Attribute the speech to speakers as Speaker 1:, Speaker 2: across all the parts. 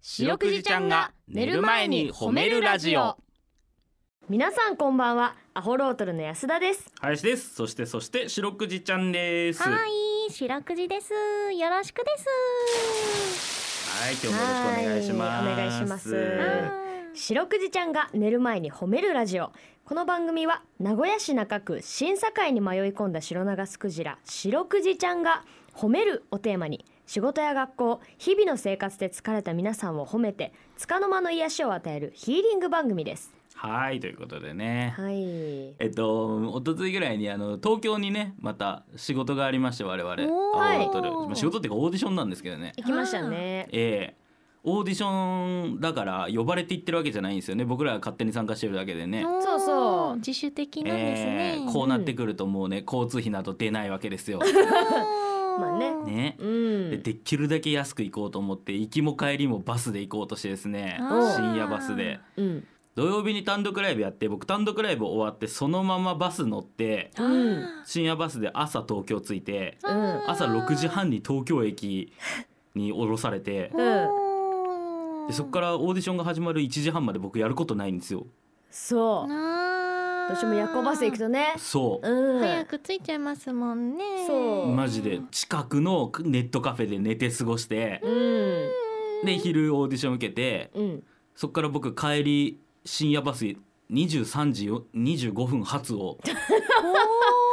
Speaker 1: 白くじちゃんが寝る前に褒めるラジオ
Speaker 2: 皆さんこんばんはアホロートルの安田です
Speaker 1: 林ですそしてそして白くじちゃんです
Speaker 3: はい、白くじです。よろしくです。
Speaker 1: はい今日もよろしくお願いします
Speaker 2: はいお願いします
Speaker 1: は
Speaker 2: 白くじちゃんが寝る前に褒めるラジオこの番組は名古屋市中区審査会に迷い込んだ白長スクジラ白くじちゃんが褒めるをテーマに仕事や学校日々の生活で疲れた皆さんを褒めて束の間の癒しを与えるヒーリング番組です
Speaker 1: いということでね
Speaker 2: はい
Speaker 1: えっと一昨日ぐらいにあの東京にねまた仕事がありまして我々
Speaker 3: おー
Speaker 1: アワードルまあ仕事っていうかオーディションなんですけどね
Speaker 2: 行きましたね
Speaker 1: ええオーディションだから呼ばれていってるわけじゃないんですよね僕らが勝手に参加してるだけでね
Speaker 3: おー
Speaker 2: そうそう
Speaker 3: 自主的なんですね。
Speaker 1: ええこ うなってくるともうね交通費など出ないわけですよ、
Speaker 3: おー
Speaker 2: まあね
Speaker 1: ね
Speaker 2: う
Speaker 1: で
Speaker 2: ん
Speaker 1: できるだけ安く行こうと思って行きも帰りもバスで行こうとしてですね
Speaker 3: あー
Speaker 1: 深夜バスで
Speaker 2: うん
Speaker 1: 土曜日に単独ライブやって僕単独ライブ終わってそのままバス乗って
Speaker 3: あー
Speaker 2: うん
Speaker 1: 深夜バスで朝東京着いて
Speaker 2: うん
Speaker 3: あー
Speaker 1: 朝6時半に東京駅に降ろされて
Speaker 2: うん
Speaker 3: おー
Speaker 1: でそこからオーディションが始まる1時半まで僕やることないんですよ。
Speaker 2: そう
Speaker 3: なー
Speaker 2: 私も夜行バス行くとね
Speaker 1: そう
Speaker 2: うん
Speaker 3: 早く着いちゃいますもんね。
Speaker 2: そう
Speaker 1: マジで近くのネットカフェで寝て過ごして
Speaker 2: うん
Speaker 1: で昼オーディション受けて
Speaker 2: うん
Speaker 1: そっから僕帰り深夜バス23時よ25分発を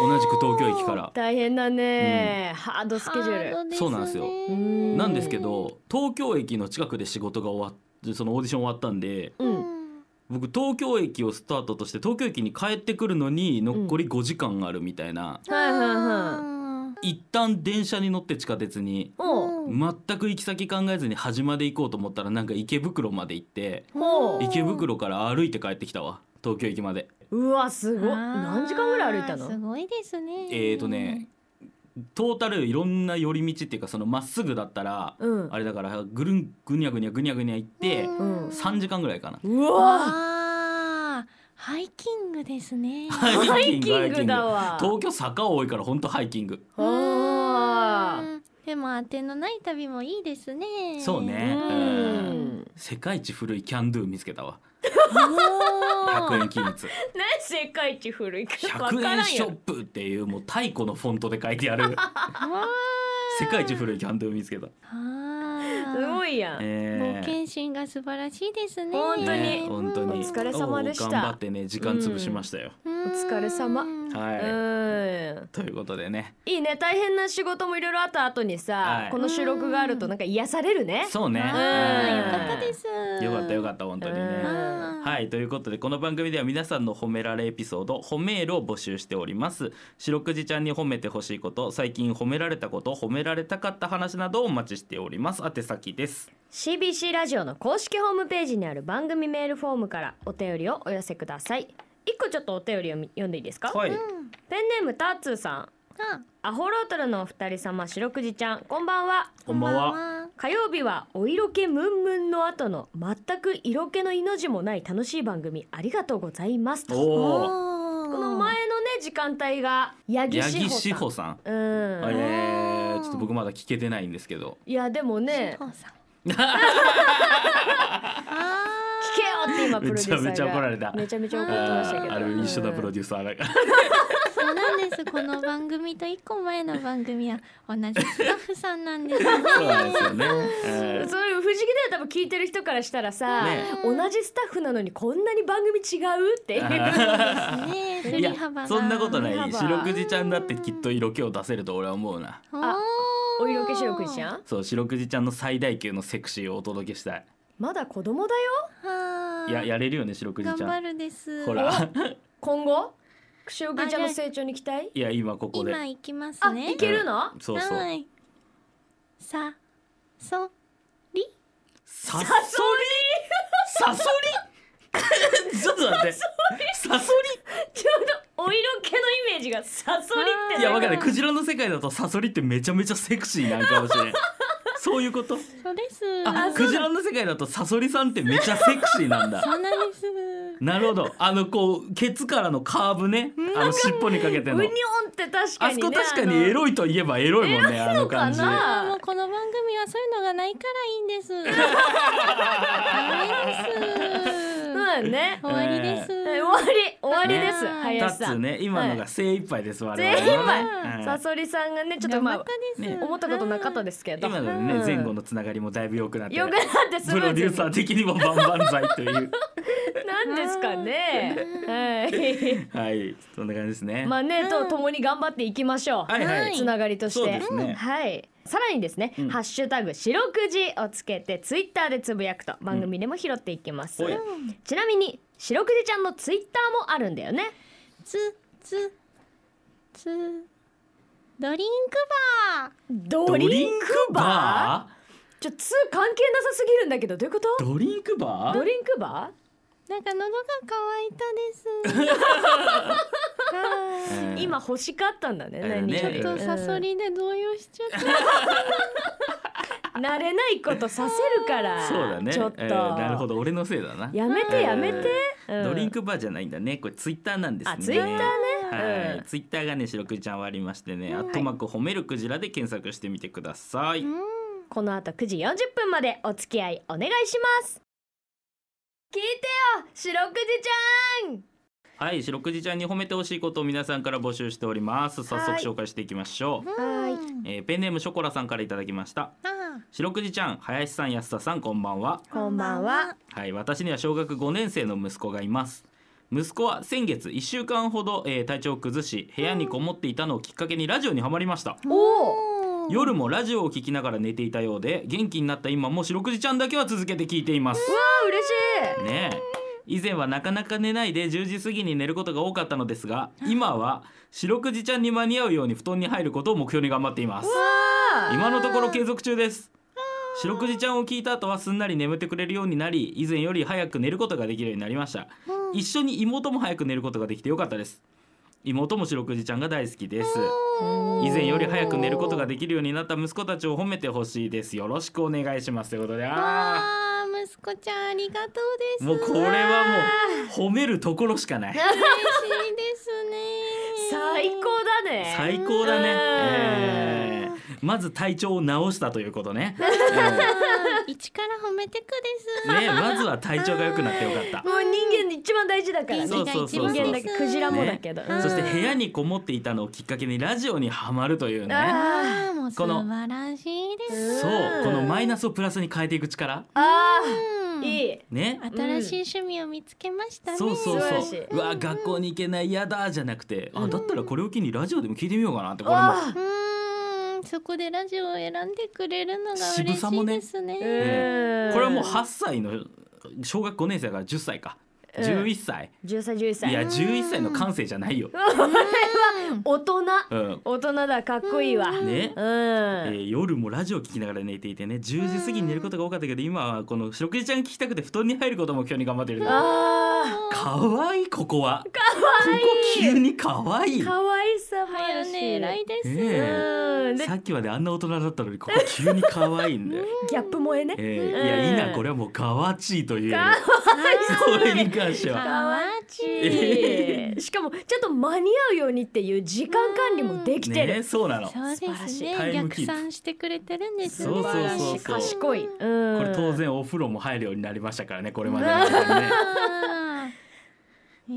Speaker 1: 同じく東京駅から
Speaker 2: 大変だね、ハードスケジュール
Speaker 3: ル
Speaker 1: そうなんですよ
Speaker 2: うん
Speaker 1: なんですけど東京駅の近くで仕事が終わってそのオーディション終わったんで
Speaker 2: う
Speaker 3: うんん。
Speaker 1: 僕東京駅をスタートとして東京駅に帰ってくるのに残り5時間あるみたいな、
Speaker 2: はいはいはい
Speaker 3: は
Speaker 1: 一旦電車に乗って地下鉄に
Speaker 3: い
Speaker 2: おう
Speaker 1: 全く行き先考えずに端まで行こうと思ったらなんか池袋まで行って
Speaker 2: ほう
Speaker 1: 池袋から歩いて帰ってきたわ東京駅まで
Speaker 2: うわすごい
Speaker 3: あー
Speaker 2: 何時間ぐらい歩いた
Speaker 3: す
Speaker 2: の
Speaker 3: ごいですね。
Speaker 1: えーとね。トータルいろんな寄り道っていうかそのまっすぐだったら
Speaker 2: うん
Speaker 1: あれだからぐるんぐにゃぐにゃぐにゃぐにゃ行って
Speaker 2: うん
Speaker 1: 3時間ぐらいかな
Speaker 2: うわ
Speaker 3: わあ、ハイキングですね。
Speaker 2: ハ
Speaker 1: ハ
Speaker 2: イキングだ
Speaker 1: ハ
Speaker 2: わ
Speaker 1: イキング東京坂多いから本当ハイキング
Speaker 2: あー
Speaker 3: うんでも当てのない旅もいいですね。
Speaker 1: そう
Speaker 2: う
Speaker 1: ね
Speaker 2: ん
Speaker 1: 世界一古いキャンドゥ見つけたわ
Speaker 3: おー
Speaker 1: 100円均一
Speaker 2: 何世界一古いか分か
Speaker 1: 100
Speaker 2: ら
Speaker 1: 円
Speaker 2: ん
Speaker 1: ショッ
Speaker 2: よ
Speaker 1: プっていうもう太古のフォントで書いて ある
Speaker 3: わあ
Speaker 1: 世界一古いキャンドゥ見つけた
Speaker 3: あ
Speaker 2: すご
Speaker 3: い。
Speaker 2: いやん、
Speaker 1: え
Speaker 3: 冒
Speaker 1: ー
Speaker 3: 険心が素晴らしいですね。
Speaker 2: 本当に
Speaker 1: ね
Speaker 2: え
Speaker 1: 本当に
Speaker 2: お疲れ様でした
Speaker 1: お頑張ってね時間潰しましたよ
Speaker 3: うん
Speaker 2: お疲れ様
Speaker 3: うん
Speaker 1: は
Speaker 2: うん
Speaker 1: いということでね
Speaker 2: いいね大変な仕事もいろいろあった後にさ、
Speaker 1: はい
Speaker 2: この収録があるとなんか癒されるね
Speaker 1: そうね
Speaker 3: あ
Speaker 2: うん
Speaker 3: ーよ
Speaker 1: は
Speaker 3: かったです。
Speaker 1: いよかったよ
Speaker 3: っ。
Speaker 1: かった本当に
Speaker 2: うん
Speaker 1: ねはいいということでこの番組では皆さんの褒められエピソード褒めールを募集しております白くじちゃんに褒めてほしいこと最近褒められたこと褒められたかった話などをお待ちしております宛先です
Speaker 2: CBC ラジオの公式ホームページにある番組メールフォームからお便りをお寄せください一個ちょっとお便りをみ読んでいいですか
Speaker 1: はい
Speaker 3: うん
Speaker 2: ペンネームターツーさん
Speaker 3: あ
Speaker 2: アホロートルのお二人様白くじちゃんこんばんは
Speaker 1: こんばんは
Speaker 3: は。
Speaker 2: 火曜日はお色気ムンムンの後の全く色気の命もない楽しい番組ありがとうございます
Speaker 1: お
Speaker 2: こ
Speaker 1: お
Speaker 3: こ
Speaker 2: の前のね時間帯が八木
Speaker 1: 八木
Speaker 2: 志
Speaker 1: 志
Speaker 2: 保
Speaker 1: 保
Speaker 2: さ
Speaker 1: さん
Speaker 2: んうん、
Speaker 1: えー
Speaker 3: うん
Speaker 1: ちょっと僕まだ聞けてないんですけど
Speaker 2: いやでもね
Speaker 3: 志 保さん。あ
Speaker 2: 聞けよって今プロデューサーが
Speaker 1: めちゃめちゃ怒られた
Speaker 2: めちゃめちゃ
Speaker 1: あ
Speaker 2: 怒ってましたけ
Speaker 1: ー
Speaker 2: ど
Speaker 1: あれ一緒だプロ
Speaker 2: デュ
Speaker 1: デューサーだから
Speaker 3: ーそうなんです。この番組と一個前の番組は同じスタッフさんなんですね。
Speaker 1: そうなんですよねえー
Speaker 2: それ不思議だよ多分聞いてる人からしたらさ、
Speaker 1: ね
Speaker 2: 同じスタッフなのにこんなに番組違うっていう
Speaker 3: ね振
Speaker 1: い
Speaker 3: り
Speaker 1: や
Speaker 3: 幅が。
Speaker 1: そんなことな
Speaker 2: 振
Speaker 1: い
Speaker 2: り
Speaker 1: 白
Speaker 2: 幅
Speaker 1: くじちゃんだってきっと色気を出せると俺は思うな
Speaker 3: おー。
Speaker 2: あお色気白くじちゃん
Speaker 1: そう白くじちゃんの最大級のセクシーをお届けしたい
Speaker 2: まだ子供だよ
Speaker 3: はい
Speaker 1: ややれるよね白くじ
Speaker 3: 頑
Speaker 1: ちゃ
Speaker 3: 張
Speaker 1: ん
Speaker 3: るです。
Speaker 1: ほら
Speaker 2: 今後白くじちゃんの成長に期待
Speaker 1: いや今ここで
Speaker 3: 今行きます
Speaker 2: あ
Speaker 3: ね。
Speaker 2: いけるの
Speaker 1: そうそう
Speaker 3: はい。さ、そ、り。
Speaker 1: サソリサソリ ちょっと待ってサソ
Speaker 2: ちょうどお色気のイメージがサソリっ
Speaker 1: リ
Speaker 2: て
Speaker 1: いやわかんないクジラの世界だとサソリってめちゃめちゃセクシーなんかもしれんそういうこと
Speaker 3: そうです。
Speaker 1: あクジラの世界だとサソリさんってめちゃセクシーなんだ
Speaker 3: そうなんです。
Speaker 1: なるほどあのこうケツからのカーブねあの尻尾にかけて
Speaker 2: ウ
Speaker 1: の
Speaker 2: ニョンって確
Speaker 1: あ
Speaker 2: か
Speaker 1: そ
Speaker 2: に
Speaker 1: こ
Speaker 2: ね
Speaker 1: 確かにエロいといえばエロいもんね あの感じ
Speaker 2: かな
Speaker 3: あもうこの番組はそういうのがないから いいんです。ダ
Speaker 2: あ
Speaker 3: メ
Speaker 2: の
Speaker 3: です。
Speaker 2: うんね
Speaker 3: 終わりです。
Speaker 2: え終わり終わりです
Speaker 3: ね
Speaker 1: タ
Speaker 2: 林
Speaker 1: ッ
Speaker 2: さ
Speaker 1: ツ
Speaker 2: ん
Speaker 1: ね今のが精一杯です、我々
Speaker 2: 精
Speaker 1: は
Speaker 2: 一杯
Speaker 1: うん
Speaker 2: サソリさんがねちょっとま
Speaker 3: ま
Speaker 2: あ
Speaker 3: です、
Speaker 1: ね
Speaker 2: 思ったことなかったですけど
Speaker 1: 今のね前後
Speaker 2: の
Speaker 1: のつながりもだいぶ良くなって
Speaker 2: よくなってス
Speaker 1: プ
Speaker 2: ム
Speaker 1: ロ
Speaker 2: ーズ
Speaker 1: デュー
Speaker 2: に
Speaker 1: サー的にもバンバン剤という、
Speaker 2: なんですかね
Speaker 1: はい、そんな感じです
Speaker 2: は
Speaker 1: ね。
Speaker 2: いまあね
Speaker 3: う
Speaker 2: と
Speaker 3: ん
Speaker 2: 共に頑張っていきましょう
Speaker 1: はいは
Speaker 3: はい
Speaker 2: つ、ながりとして。
Speaker 1: そうですね
Speaker 2: はい。さらにですね、
Speaker 1: うん
Speaker 2: ハッシュタグ四六時をつけてツイッターでつぶやくと番組でも拾っていきます。
Speaker 1: うんおい
Speaker 2: ちなみに四六時ちゃんのツイッターもあるんだよね。
Speaker 3: つつつドリンクバー。
Speaker 2: ド
Speaker 1: ド
Speaker 2: リ
Speaker 1: リ
Speaker 2: ン
Speaker 1: ン
Speaker 2: ク
Speaker 1: ク
Speaker 2: バ
Speaker 1: バ
Speaker 2: ー？ちょつ関係なさすぎるんだけどどういうこと
Speaker 1: ー？？ドリンクバ
Speaker 2: ド
Speaker 1: ー？
Speaker 2: リンクバ
Speaker 3: なんか喉が渇いたです。
Speaker 1: え
Speaker 2: ー？
Speaker 1: ー
Speaker 2: 今欲しかったんだね。
Speaker 1: えー
Speaker 2: 何？
Speaker 1: ね
Speaker 3: ちょっとサソリで動揺しちゃった。
Speaker 2: 慣れないことさせるから。
Speaker 1: そうだね。
Speaker 2: ちょっと。
Speaker 1: えーなるほど、俺のせいだな。
Speaker 2: やめてやめて。うん
Speaker 1: ドリンクバーじゃないんだね。これツイッターなんですね。
Speaker 2: あツイッターね
Speaker 1: はい、
Speaker 2: うん
Speaker 1: ツイッターがね、白くじちゃんはありましてね、
Speaker 3: う
Speaker 1: あ
Speaker 3: ん
Speaker 1: とまく褒めるクジラで検索してみてください。
Speaker 2: この後9時40分までお付き合いお願いします聞いてよ白くじちゃん
Speaker 1: はい、白くじちゃんに褒めてほしいことを皆さんから募集しております。早
Speaker 2: は
Speaker 1: 速
Speaker 2: い
Speaker 1: 紹介していきましょう。
Speaker 2: はい
Speaker 3: うん
Speaker 1: えーペンネームショコラさんからいただきました。
Speaker 3: あ
Speaker 1: 白くじちゃん、林さん、安田さん、こんばんは。
Speaker 3: あ
Speaker 2: こんばんは。
Speaker 1: はい、私には小学5年生の息子がいます。息子は先月1週間ほど、えー体調を崩し部屋にこもっていたのをきっかけにラジオにはまりました
Speaker 2: おお
Speaker 3: おー
Speaker 1: 夜もラジオを聞きながら寝ていたようで元気になった今も白くじちゃんだけは続けて聞いています
Speaker 2: 嬉しい
Speaker 1: ねえ以前はなかなか寝ないで10時過ぎに寝ることが多かったのですが今は白くじちゃんに間に合うように布団に入ることを目標に頑張っています
Speaker 2: わ
Speaker 1: 今のところ継続中です白くじちゃんを聞いた後はすんなり眠ってくれるようになり以前より早く寝ることができるようになりました
Speaker 3: うん
Speaker 1: 一緒に妹も早く寝ることができてよかったです妹も白くじちゃんが大好きです以前より早く寝ることができるようになった息子たちを褒めてほしいですよろしくお願いしますということであ
Speaker 3: ああ息子ちゃんありがとうです
Speaker 1: ーもうこれはもう褒めるところしかない
Speaker 3: 嬉しいですね
Speaker 2: 最高だね
Speaker 1: 最高だね、
Speaker 2: うん
Speaker 1: えーまず体調を直したということね、
Speaker 3: あー一から褒めてくです
Speaker 1: えーねまずは体調が良くなってよかった
Speaker 2: もう人間一番大事だからね
Speaker 1: そう
Speaker 3: 元気が一
Speaker 1: そうそ
Speaker 3: 番
Speaker 1: うそう
Speaker 2: 人間だ
Speaker 3: で
Speaker 2: け
Speaker 3: す
Speaker 2: クジラもだけど、
Speaker 3: ね
Speaker 1: そして部屋にこもっていたのをきっかけにラジオにはまるというね
Speaker 2: あ
Speaker 3: あーもう素晴らしいです
Speaker 1: そうこのマイナスをプラスに変えていく力
Speaker 2: ーあ
Speaker 3: うん
Speaker 2: ーいい
Speaker 1: ね
Speaker 3: 新しい趣味を見つけましたね
Speaker 1: そうそう
Speaker 2: 素晴ら
Speaker 1: そ
Speaker 2: しいう
Speaker 1: うわ学校に行けない嫌だじゃなくてあだったらこれを機にラジオでも聞いてみようかなってこれも
Speaker 2: あー
Speaker 3: うんそこでラジオを選んでくれるのが嬉
Speaker 1: 渋さ
Speaker 3: し
Speaker 1: も
Speaker 3: い
Speaker 1: ね
Speaker 3: ですね
Speaker 2: うん
Speaker 1: これはもう8歳の小学5年生だから10歳か
Speaker 2: うん
Speaker 1: 11歳
Speaker 2: 10歳11
Speaker 1: い
Speaker 2: 歳
Speaker 1: や11歳の感性じゃないよ
Speaker 3: うん
Speaker 2: 大人
Speaker 1: うん
Speaker 2: 大人だかっこいいわうん、
Speaker 1: ねえー夜もラジオ聞きながら寝ていてね10時過ぎに寝ることが多かったけど今はこの食事ちゃん聞きたくて布団に入ることも今日に頑張ってる
Speaker 2: あ
Speaker 1: かわいいここはここ急にかわい
Speaker 2: ー
Speaker 1: い
Speaker 2: 可愛さもあ
Speaker 3: 早
Speaker 2: る
Speaker 3: 寝
Speaker 2: し
Speaker 3: 偉いです、
Speaker 1: ね え
Speaker 2: うんで
Speaker 1: さっきまであんな大人だったのにここ急にかわいいんだよ
Speaker 2: ギャップ萌えね。
Speaker 1: えー
Speaker 2: うん
Speaker 1: いやいいなこれはもうかわちいという
Speaker 2: か
Speaker 1: これに関しては。
Speaker 3: わち
Speaker 2: えーしかもちょっと間に合うようにっていう時間管理もできてる。
Speaker 1: ね、そうなの。こ
Speaker 3: そうです
Speaker 1: 素晴らし
Speaker 3: ね
Speaker 1: い
Speaker 3: 逆算してくれてるんですね
Speaker 1: そうそうそうそう
Speaker 2: 賢い。うん。
Speaker 1: れ当然お風呂も入るようになりましたからね、これまでの間にね。
Speaker 3: あー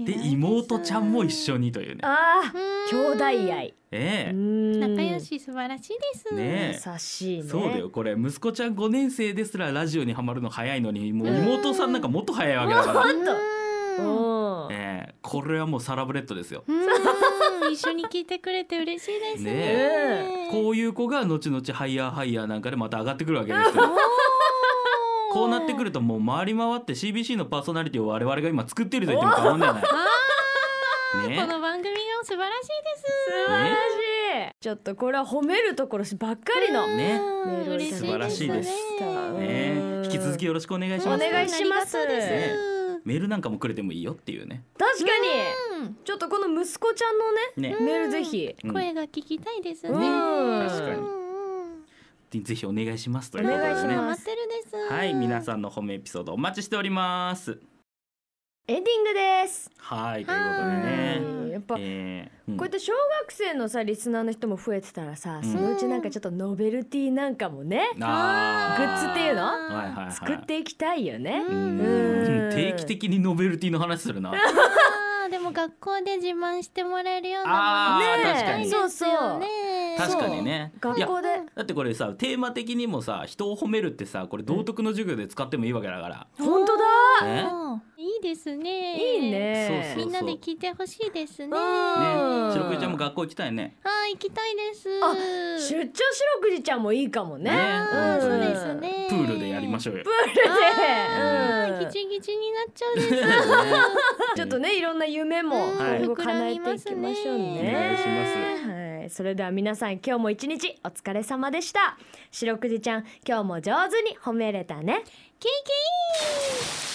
Speaker 1: で、妹ちゃんも一緒にというね。
Speaker 2: ああ、
Speaker 3: うん
Speaker 2: 兄弟愛。
Speaker 1: ええ
Speaker 2: うん
Speaker 3: 仲良。し素晴らしいです
Speaker 1: ね
Speaker 2: 優しいね。
Speaker 1: そうだよ、これ息子ちゃん5年生ですらラジオにはまるの早いのに、もう妹さんなんかもっと早いわけだから。
Speaker 2: もっと
Speaker 3: うん
Speaker 2: うん。
Speaker 1: ええこれはもうサラブレッドですよ。
Speaker 3: うん一緒に聞いてくれて嬉しいですね
Speaker 1: ねこういう子が後々ハイヤーハイヤーなんかでまた上がってくるわけですよ。こうなってくるともう回り回って CBC のパーソナリティを我々が今作っていると言っても過言ではない。
Speaker 3: あー
Speaker 1: ね
Speaker 3: この番組が素晴らしいです
Speaker 2: 素晴らしい。ちょっとこれは褒めるところばっかりの。
Speaker 1: ね
Speaker 3: うん
Speaker 2: メールをいただきました
Speaker 3: 嬉しいですね
Speaker 1: 素晴らしいで
Speaker 2: うん
Speaker 1: ね引き続きよろしくお願いし
Speaker 2: お
Speaker 1: ます。
Speaker 2: 願いします
Speaker 3: ありがとうです
Speaker 1: ねメールなんかもくれてもいいよっていうね。
Speaker 2: 確かに。
Speaker 3: うん
Speaker 2: ちょっとこの息子ちゃんのね、
Speaker 1: ね、
Speaker 2: メールぜひ。
Speaker 1: うん
Speaker 3: 声が聞きたいですね。
Speaker 2: うん確
Speaker 1: かに
Speaker 3: うん
Speaker 1: ぜひお願いしますということ
Speaker 2: お願いし
Speaker 1: で
Speaker 2: ま
Speaker 1: ね。
Speaker 3: 待
Speaker 2: す
Speaker 3: ってるです。
Speaker 1: はい、皆さんの褒めエピソードお待ちしております。
Speaker 2: エンディングです、
Speaker 1: はいということでね。
Speaker 2: うんやっぱ、
Speaker 1: えーうん
Speaker 2: こうやって小学生のさリスナーの人も増えてたらさ、
Speaker 1: うん
Speaker 2: そのうちなんかちょっとノベルティなんかもね、
Speaker 1: あ
Speaker 2: グ
Speaker 1: ー
Speaker 2: ッズっていうの
Speaker 1: はい はいはい、
Speaker 2: 作っていきたいよね、
Speaker 1: う
Speaker 2: うん
Speaker 1: ん定期的にノベルティの話するな。
Speaker 3: あーでも学校で自慢してもらえるようなもの
Speaker 1: あー
Speaker 3: 作り
Speaker 1: 確かに
Speaker 3: たいですよね
Speaker 1: 確かにね。い
Speaker 2: 学
Speaker 1: や
Speaker 2: 校で
Speaker 1: だってこれさテーマ的にもさ人を褒めるってさこれ道徳の授業で使ってもいいわけだから。
Speaker 2: 本当だ
Speaker 1: ね
Speaker 3: あーいいですね
Speaker 2: いいね
Speaker 1: そう
Speaker 3: み
Speaker 1: そうん
Speaker 3: なで聞いてほしいですね
Speaker 2: うん
Speaker 1: ね、白くじちゃんも学校行きたいね。
Speaker 3: あー行きたいです
Speaker 2: あ出張白くじちゃんもいいかもね
Speaker 1: ね
Speaker 3: あー
Speaker 1: うん
Speaker 3: そうですね
Speaker 1: プールでやりまし
Speaker 3: ょう
Speaker 1: ょうよ。
Speaker 3: あ
Speaker 2: で
Speaker 3: ー
Speaker 2: うん
Speaker 3: ギチギチになっちゃう です
Speaker 2: ちょっとねいろんな夢も
Speaker 3: うん
Speaker 2: 今後叶えていきましょう
Speaker 1: お願いし
Speaker 2: ね。
Speaker 1: ます。
Speaker 2: はい、それでは皆さん今日も一日お疲れ様でした。白くじちゃん今日も上手に褒めれたね。
Speaker 3: KK